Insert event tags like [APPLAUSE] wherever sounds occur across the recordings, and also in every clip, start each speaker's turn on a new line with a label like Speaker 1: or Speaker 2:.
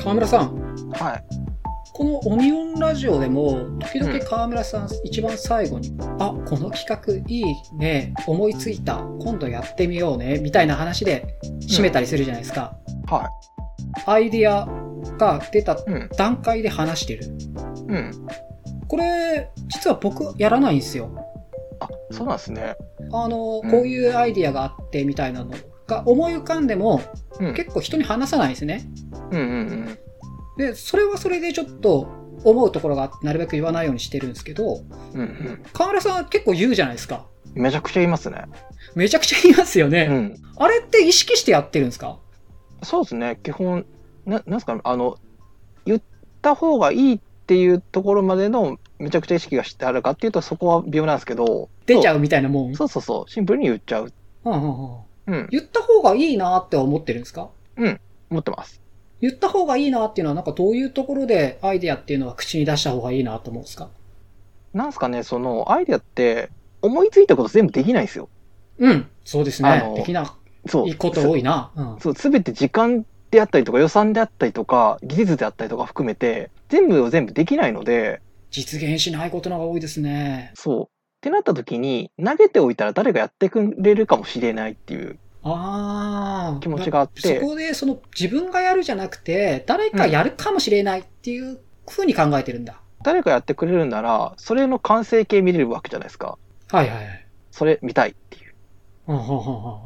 Speaker 1: 川村さん
Speaker 2: はい。
Speaker 1: このオニオンラジオでも時々川村さん、一番最後に「あこの企画いいね思いついた今度やってみようね」みたいな話で締めたりするじゃないですか、
Speaker 2: は
Speaker 1: アイディアが出た
Speaker 2: い。うん。
Speaker 1: 段階で話してる
Speaker 2: うん。
Speaker 1: これ実は僕やらないんですよ
Speaker 2: あ、そうなんですね。
Speaker 1: あの、
Speaker 2: うん
Speaker 1: こういうアイディアがあってみたいなのが思い浮かんでも
Speaker 2: うん。
Speaker 1: 結構人に話さないんですね
Speaker 2: うんうん
Speaker 1: でそれはそれでちょっと思うところがあってなるべく言わないようにしてるんですけど
Speaker 2: うん。うんうん。
Speaker 1: 河村さんは結構言うじゃないですか
Speaker 2: めちゃくちゃ言いますね。
Speaker 1: めちゃくちゃ言いますよ
Speaker 2: う
Speaker 1: ね、
Speaker 2: ん。
Speaker 1: あれって意識してやってるんですか
Speaker 2: そうですね。基本、な、なんすかね、あの、言った方がいいっていうところまでの、めちゃくちゃ意識がしてあるかっていうと、そこは微妙なんですけど。
Speaker 1: 出ちゃ
Speaker 2: う
Speaker 1: うみたいなもん
Speaker 2: そうそうそう。シンプルに言っちゃう。
Speaker 1: うんうんうん
Speaker 2: うん。
Speaker 1: 言った方がいいなって思ってるんですか
Speaker 2: 思ってます。
Speaker 1: 言った方がいいなっていうのはなんかどういうところでアイディアっていうのは口に出した方がいいなと思うんですか
Speaker 2: なんすかね、その、アイデアって、思いついたこと全部できないんですよ。
Speaker 1: うんそうです
Speaker 2: あ
Speaker 1: ね
Speaker 2: の
Speaker 1: できな
Speaker 2: そう。
Speaker 1: いこと多いな、うん、
Speaker 2: そう、すべて時間であったりとか予算であったりとか技術であったりとか含めて全部を全部できないので、
Speaker 1: 実現しないことの方が多いですね
Speaker 2: そう。ってなった時に投げておいたら誰がやってくれるかもしれないっていう
Speaker 1: ああ
Speaker 2: 気持ちがあって
Speaker 1: そこでその自分がやるじゃなくて誰かやるかもしれないっていうふうに考えてるんだ、
Speaker 2: 誰かやってくれるならそれの完成形見れるわけじゃないですか
Speaker 1: はいはいはい
Speaker 2: それ見たいっていう
Speaker 1: うんうんうんうん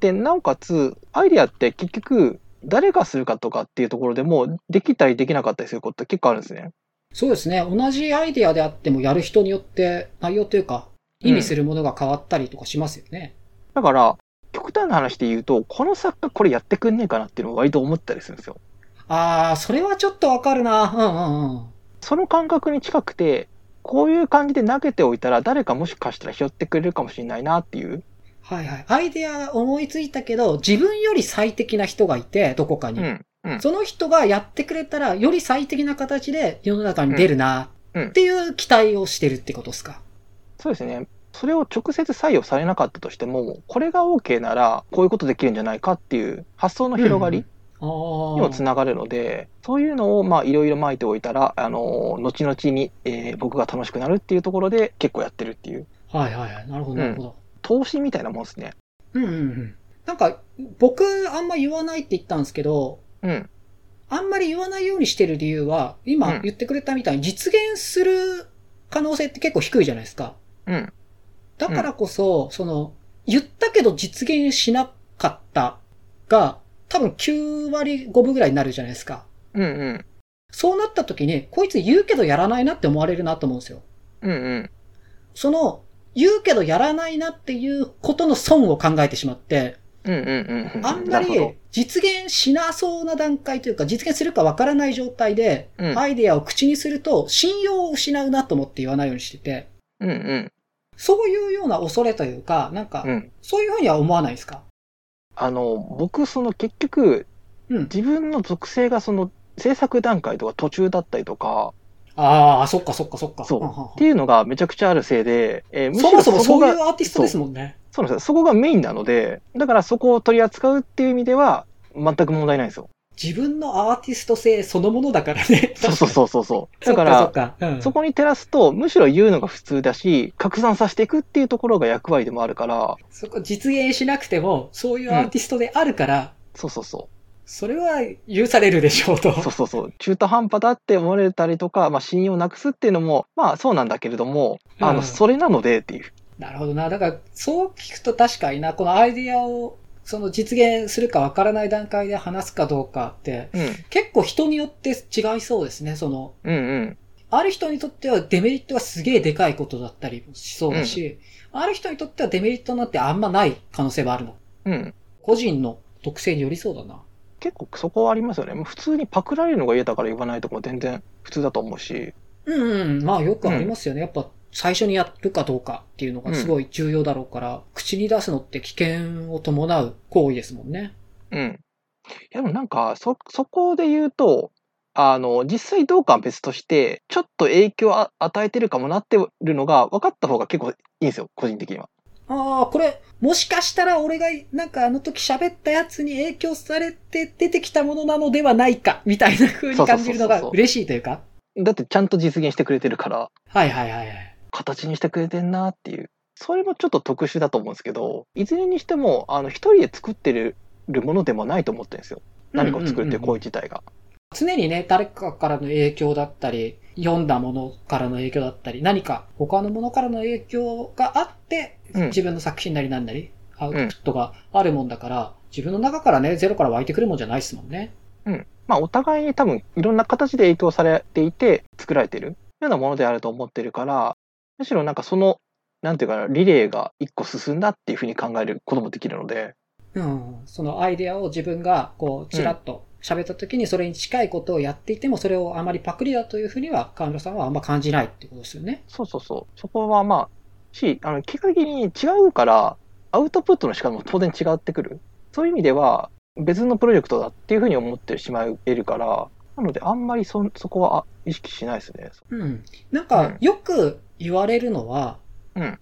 Speaker 2: でなおかつアイデアって結局誰がするかとかっていうところでもうできたりできなかったりすることって結構あるんですね
Speaker 1: そうですね同じアイディアであってもやる人によって内容というか意味するものが変わったりとかしますよね、
Speaker 2: だから極端な話で言うとこの作家これやってくんねえかなっていうのを割と思ったりするんですよ
Speaker 1: ああそれはちょっとわかるなうんうんうん
Speaker 2: その感覚に近くて、こういう感じで投げておいたら、誰かもしかしたら拾ってくれるかもしれないなっていう。
Speaker 1: はいはいアイディア思いついたけど自分より最適な人がいてどこかに、
Speaker 2: ん。うん。
Speaker 1: その人がやってくれたら、より最適な形で世の中に出るな、っていう期待をしてるってことですか。
Speaker 2: そうですね。それを直接採用されなかったとしても、これが OK なら、こういうことできるんじゃないかっていう発想の広がり
Speaker 1: あ
Speaker 2: にもつながるので、そういうのを、まあ、いろいろ巻いておいたら、あのー、後々に、えー僕が楽しくなるっていうところで結構やってるっていう。
Speaker 1: あ。はいはいはい。なるほど、なるほど。
Speaker 2: 投資みたいなもんですね。
Speaker 1: うんうんうん。なんか、僕、あんま言わないって言ったんですけど、
Speaker 2: うん。
Speaker 1: あんまり言わないようにしてる理由は、今
Speaker 2: うん
Speaker 1: 言ってくれたみたいに実現する可能性って結構低いじゃないですか。
Speaker 2: うん。
Speaker 1: だからこそ、その、言ったけど実現しなかったが、多分9割5分ぐらいになるじゃないですか。
Speaker 2: うんうん。
Speaker 1: そうなった時に、こいつ言うけどやらないなって思われるなと思うんですよ。
Speaker 2: うんうん。
Speaker 1: その、言うけどやらないなっていうことの損を考えてしまって、
Speaker 2: うんうんうん。
Speaker 1: あんま
Speaker 2: なるほ
Speaker 1: り
Speaker 2: ど
Speaker 1: 実現しなそうな段階というか、実現するかわからない状態で、
Speaker 2: うん
Speaker 1: アイデアを口にすると信用を失うなと思って言わないようにしてて、
Speaker 2: うんうん。
Speaker 1: そういうような恐れというか、なんか
Speaker 2: う、ん。
Speaker 1: そういうふうには思わないですか
Speaker 2: あの僕その結局
Speaker 1: うん。
Speaker 2: 自分の属性がその制作段階とか途中だったりとか
Speaker 1: ああ、そっかそっかそっか。
Speaker 2: そうん
Speaker 1: んん
Speaker 2: っていうのがめちゃくちゃあるせいで、えーむし
Speaker 1: そも
Speaker 2: ろ
Speaker 1: そ
Speaker 2: そ
Speaker 1: もそ
Speaker 2: こ
Speaker 1: うい
Speaker 2: が
Speaker 1: うアーティストですもんね。
Speaker 2: そうなんですよそこがメインなのでだからそこを取り扱うっていう意味では全く問題ないんですよ。
Speaker 1: 自分のアーティスト性そのものだからね。
Speaker 2: そうそうそうそうそう。だ
Speaker 1: [LAUGHS] そ
Speaker 2: か
Speaker 1: っ
Speaker 2: ら
Speaker 1: かそっか、うん
Speaker 2: そこに照らすとむしろ言うのが普通だし拡散させていくっていうところが役割でもあるから
Speaker 1: そこ実現しなくても、そういうアーティストであるから、
Speaker 2: そうそうそ
Speaker 1: それは許されるでしょうと。
Speaker 2: うそうそうそう中途半端だって思われたりとか、まあ、信用なくすっていうのもまあそうなんだけれどもあ
Speaker 1: うん
Speaker 2: のそれなのでっていう。
Speaker 1: なるほどな。だから、そう聞くと確かにな、このアイディアを、その実現するかわからない段階で話すかどうかって、
Speaker 2: うん
Speaker 1: 結構人によって違いそうですね。その、
Speaker 2: うんうん
Speaker 1: ある人にとってはデメリットがすげえでかいことだったりもしそうだし、ある人にとってはデメリットなんてあんまない可能性はあるの。
Speaker 2: うん、
Speaker 1: 個人の特性によりそうだな。
Speaker 2: 結構そこはありますよね。もう普通にパクられるのが嫌だから言わないとかも全然普通だと思うし、
Speaker 1: うんうん。まあよくありますよね。やっぱ最初にやるかどうかっていうのがすごい重要だろうから、口に出すのって危険を伴う行為ですもんね。
Speaker 2: うん。いやでもなんか、そ、そこで言うと、あの、実際どうかは別として、ちょっと影響を与えてるかもなってるのが分かった方が結構いいんですよ、個人的には。
Speaker 1: ああ、これ、もしかしたら俺が、なんかあの時喋ったやつに影響されて出てきたものなのではないか、みたいな風に感じるの
Speaker 2: そうそうそうそう
Speaker 1: が
Speaker 2: そう
Speaker 1: 嬉しいというか。
Speaker 2: だってちゃんと実現してくれてるから、
Speaker 1: はいはいはいはい。
Speaker 2: 形にしてくれてんなっていう。それもちょっと特殊だと思うんですけど、いずれにしても、あの、一人で作ってるものでもないと思ってるんですよ。何かを作るっていう行為自体が。
Speaker 1: 常にね、誰かからの影響だったり、読んだものからの影響だったり、何か他のものからの影響があって、
Speaker 2: うん
Speaker 1: 自分の作品なりなんなり、アウトプットがあるもんだから、自分の中からね、ゼロから湧いてくるもんじゃないですもんね。
Speaker 2: まあ、お互いに多分いろんな形で影響されていて作られてるようなものであると思ってるからむしろなんかそのなんていうかなリレーが一個進んだっていうふうに考えることもできるので
Speaker 1: うん。そのアイデアを自分が、こう、ちらっと喋った時にそれに近いことをやっていても、それをあまりパクリだというふうには、河村さんはあんま感じないってことですよね。
Speaker 2: そうそうそうそこはまあしあの結果的に違うからアウトプットの仕方も当然違ってくるそういう意味では別のプロジェクトだっていうふうに思ってしまえるからなのであんまりそそこはあ意識しないですね。
Speaker 1: うん。なん
Speaker 2: う
Speaker 1: か
Speaker 2: ん、
Speaker 1: よく言われるのは、
Speaker 2: うん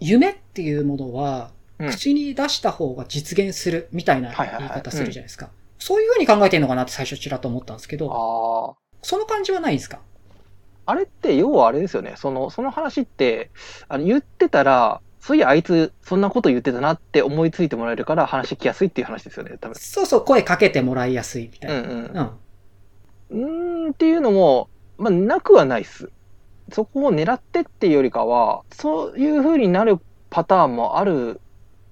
Speaker 1: 夢っていうものは、
Speaker 2: うん
Speaker 1: 口に出した方が実現するみたいな
Speaker 2: は
Speaker 1: 言
Speaker 2: い
Speaker 1: い
Speaker 2: はいはい
Speaker 1: 方するじゃないですか。そういうふうに考えてるのかなって最初ちらっと思ったんですけど、
Speaker 2: ああ
Speaker 1: その感じはないんですか
Speaker 2: あれって要はあれですよね。その、その話って、あの、言ってたら、そういやあいつ、そんなこと言ってたなって思いついてもらえるから話聞きやすいっていう話ですよね、多分。
Speaker 1: そうそう、声かけてもらいやすいみたいうな。うんん。
Speaker 2: うん。うーんっていうのも、まあ、なくはないっす。そこを狙ってっていうよりかは、そういう風になるパターンもある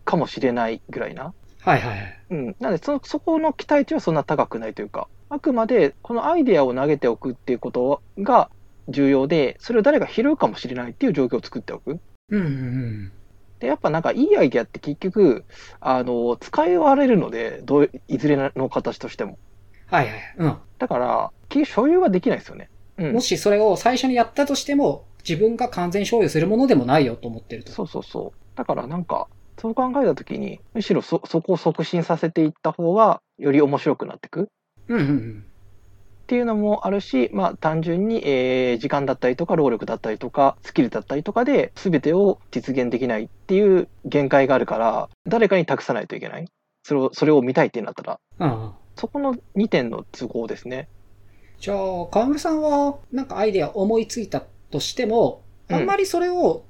Speaker 2: かもしれないぐらいな。
Speaker 1: はいはいはい。
Speaker 2: うん。なので、そ、そこの期待値はそんな高くないというか、あくまで、このアイデアを投げておくっていうことが重要で、それを誰が拾うかもしれないっていう状況を作ってお
Speaker 1: う
Speaker 2: く。
Speaker 1: んうんうん。
Speaker 2: でやっぱなんかいいアイデアって結局あの使い割れるのでどういずれの形としても
Speaker 1: はいはいはい。うん。
Speaker 2: だから結局所有はできないですよね、うん
Speaker 1: も、しそれを最初にやったとしても、自分が完全所有するものでもないよと思ってると。
Speaker 2: そうそうそうだからなんかそう考えた時にむしろそそこを促進させていった方がより面白くなっていくっ
Speaker 1: うんうんうん。
Speaker 2: ていうのもあるしまあ単純に、えー時間だったりとか労力だったりとかスキルだったりとかで全てを実現できないっていう限界があるから誰かに託さないといけないそれをそれを見たいってなったら
Speaker 1: うんうん。
Speaker 2: そこの2点の都合ですね
Speaker 1: じゃあ、河村さんは、なんかアイデア思いついたとしても、
Speaker 2: うん
Speaker 1: あんまりそれを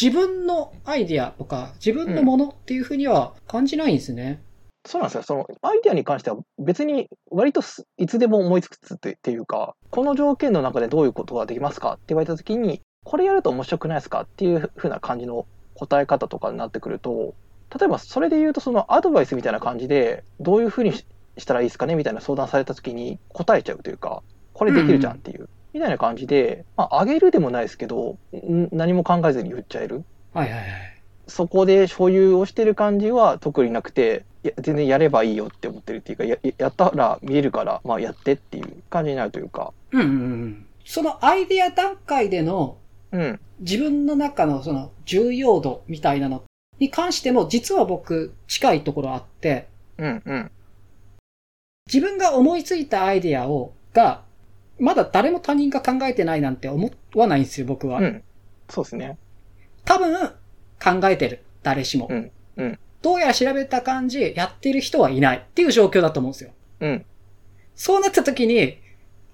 Speaker 1: 自分のアイデアとか、自分のものっていうふうには感じないんですね。
Speaker 2: そうなんですよ。そのアイデアに関しては別に割とすいつでも思いつくつってっていうか、この条件の中でどういうことができますかって言われた時に、これやると面白くないですかっていうふうな感じの答え方とかになってくると、例えばそれで言うとそのアドバイスみたいな感じで、どういうふうにししたらいいですかねみたいな相談された時に答えちゃうというか、これできるじゃんっていう、みたいな感じで、まあ、あげるでもないですけど、ん何も考えずに言っちゃえる。
Speaker 1: はいはいはい。
Speaker 2: そこで所有をしてる感じは特になくて、いや全然やればいいよって思ってるっていうか、ややったら見えるから、まあやってっていう感じになるというか、
Speaker 1: うんうんうん。そのアイデア段階での
Speaker 2: うん、
Speaker 1: 自分の中のその重要度みたいなのに関しても、実は僕近いところあって、
Speaker 2: うん、うん、
Speaker 1: 自分が思いついたアイデアを、が、まだ誰も他人が考えてないなんて思わないんですよ、僕は。
Speaker 2: うん、そうですね。
Speaker 1: 多分考えてる。誰しも。
Speaker 2: うんうん
Speaker 1: どうやら調べた感じ、やってる人はいないっていう状況だと思うんですよ。
Speaker 2: うん、
Speaker 1: そうなった時に、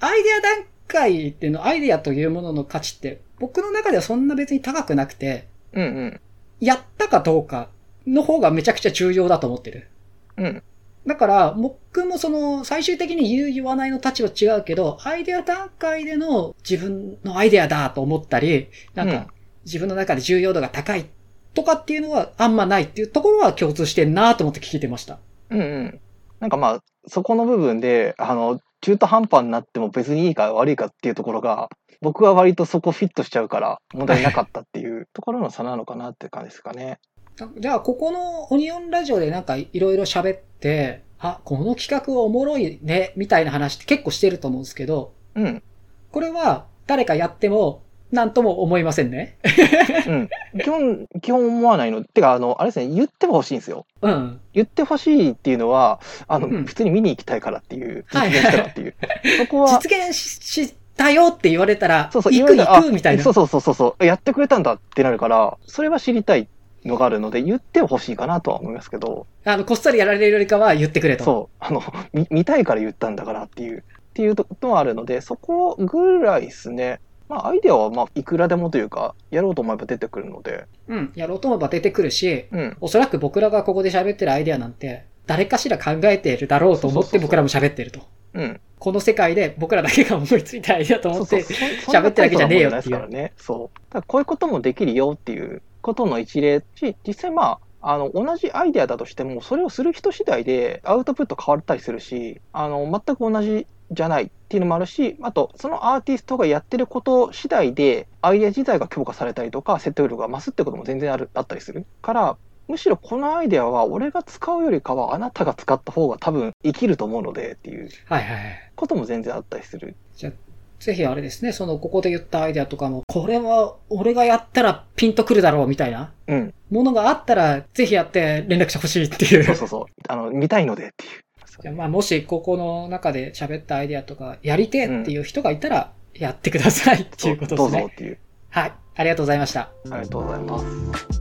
Speaker 1: アイデア段階っていうの、アイデアというものの価値って、僕の中ではそんな別に高くなくて、
Speaker 2: うん、うん、
Speaker 1: やったかどうかの方がめちゃくちゃ重要だと思ってる。
Speaker 2: うん、
Speaker 1: だから、僕もその、最終的に言う言わないの立場違うけど、アイデア段階での自分のアイデアだと思ったり、なん
Speaker 2: う
Speaker 1: か
Speaker 2: ん、
Speaker 1: 自分の中で重要度が高いとかっていうのはあんまないっていうところは共通してんなと思って聞いてました。
Speaker 2: うん、うん。なんかまあ、そこの部分で、あの、中途半端になっても別にいいか悪いかっていうところが、僕は割とそこフィットしちゃうから問題なかったっていう [LAUGHS] ところの差なのかなっていう感じですかね。
Speaker 1: じゃあ、ここのオニオンラジオでなんかいろいろ喋って、あ、この企画おもろいね、みたいな話って結構してると思うんですけど、
Speaker 2: うん、
Speaker 1: これは誰かやっても、なんとも思いませんね。
Speaker 2: 基本、基本思わないの。てか、あの、あれですね、言っても欲しいんですよ。
Speaker 1: うん。
Speaker 2: 言ってほしいっていうのは、あの、
Speaker 1: うん
Speaker 2: 普通に見に行きたいからっていう、
Speaker 1: はい
Speaker 2: 実現したからって
Speaker 1: [LAUGHS]
Speaker 2: いう。そこは、
Speaker 1: 実現ししたよって言われたら、
Speaker 2: そうそう、
Speaker 1: 行
Speaker 2: わ
Speaker 1: く
Speaker 2: ゆる
Speaker 1: 行くみたいな。
Speaker 2: そうそうそうそうそう、やってくれたんだってなるから、それは知りたいのがあるので、言ってほしいかなとは思いますけど、
Speaker 1: あの、こっそりやられるよりかは言ってくれと。
Speaker 2: そう、あの、見見たいから言ったんだからっていう、っていうのはあるので、そこぐらいですね。まあ、アイデアは、まあ、いくらでもというか、やろうと思えば出てくるので、
Speaker 1: うん。やろうと思えば出てくるし、
Speaker 2: うん。
Speaker 1: おそらく僕らがここで喋ってるアイデアなんて、誰かしら考えているだろうと思って
Speaker 2: そうそうそうそう
Speaker 1: 僕らも喋ってると。
Speaker 2: うん。
Speaker 1: この世界で僕らだけが思いついたアイデアと思
Speaker 2: そう
Speaker 1: って
Speaker 2: そう。そ、そんな
Speaker 1: 喋ってるわけじゃねえよ
Speaker 2: 大
Speaker 1: っ
Speaker 2: してた
Speaker 1: い
Speaker 2: もん
Speaker 1: う
Speaker 2: じゃないですからね。そう。だからこういうこともできるよっていうことの一例し、実際まあ、あの、同じアイデアだとしても、それをする人次第でアウトプット変わったりするし、あの、全く同じじゃないっていうのもあるし、あと、そのアーティストがやってること次第で、アイデア自体が強化されたりとか、説得力が増すってことも全然あるあったりするから、むしろこのアイデアは俺が使うよりかはあなたが使った方が多分生きると思うのでっていう
Speaker 1: はいはいはい。
Speaker 2: ことも全然あったりする。
Speaker 1: ぜひあれですね、その、ここで言ったアイデアとかも、これは俺がやったらピンとくるだろうみたいな
Speaker 2: うん。
Speaker 1: ものがあったら、ぜひやって連絡してほしいっていう。
Speaker 2: そうそうそう。あの、見たいのでっ
Speaker 1: [LAUGHS]
Speaker 2: ていう。
Speaker 1: じゃあまあ、もし、ここの中で喋ったアイデアとか、やりてえっていう人がいたら、やってくださいっていうことで
Speaker 2: ど
Speaker 1: す
Speaker 2: うぞ
Speaker 1: ね。
Speaker 2: っていう。
Speaker 1: はい。ありがとうございました。
Speaker 2: ありがとうございます。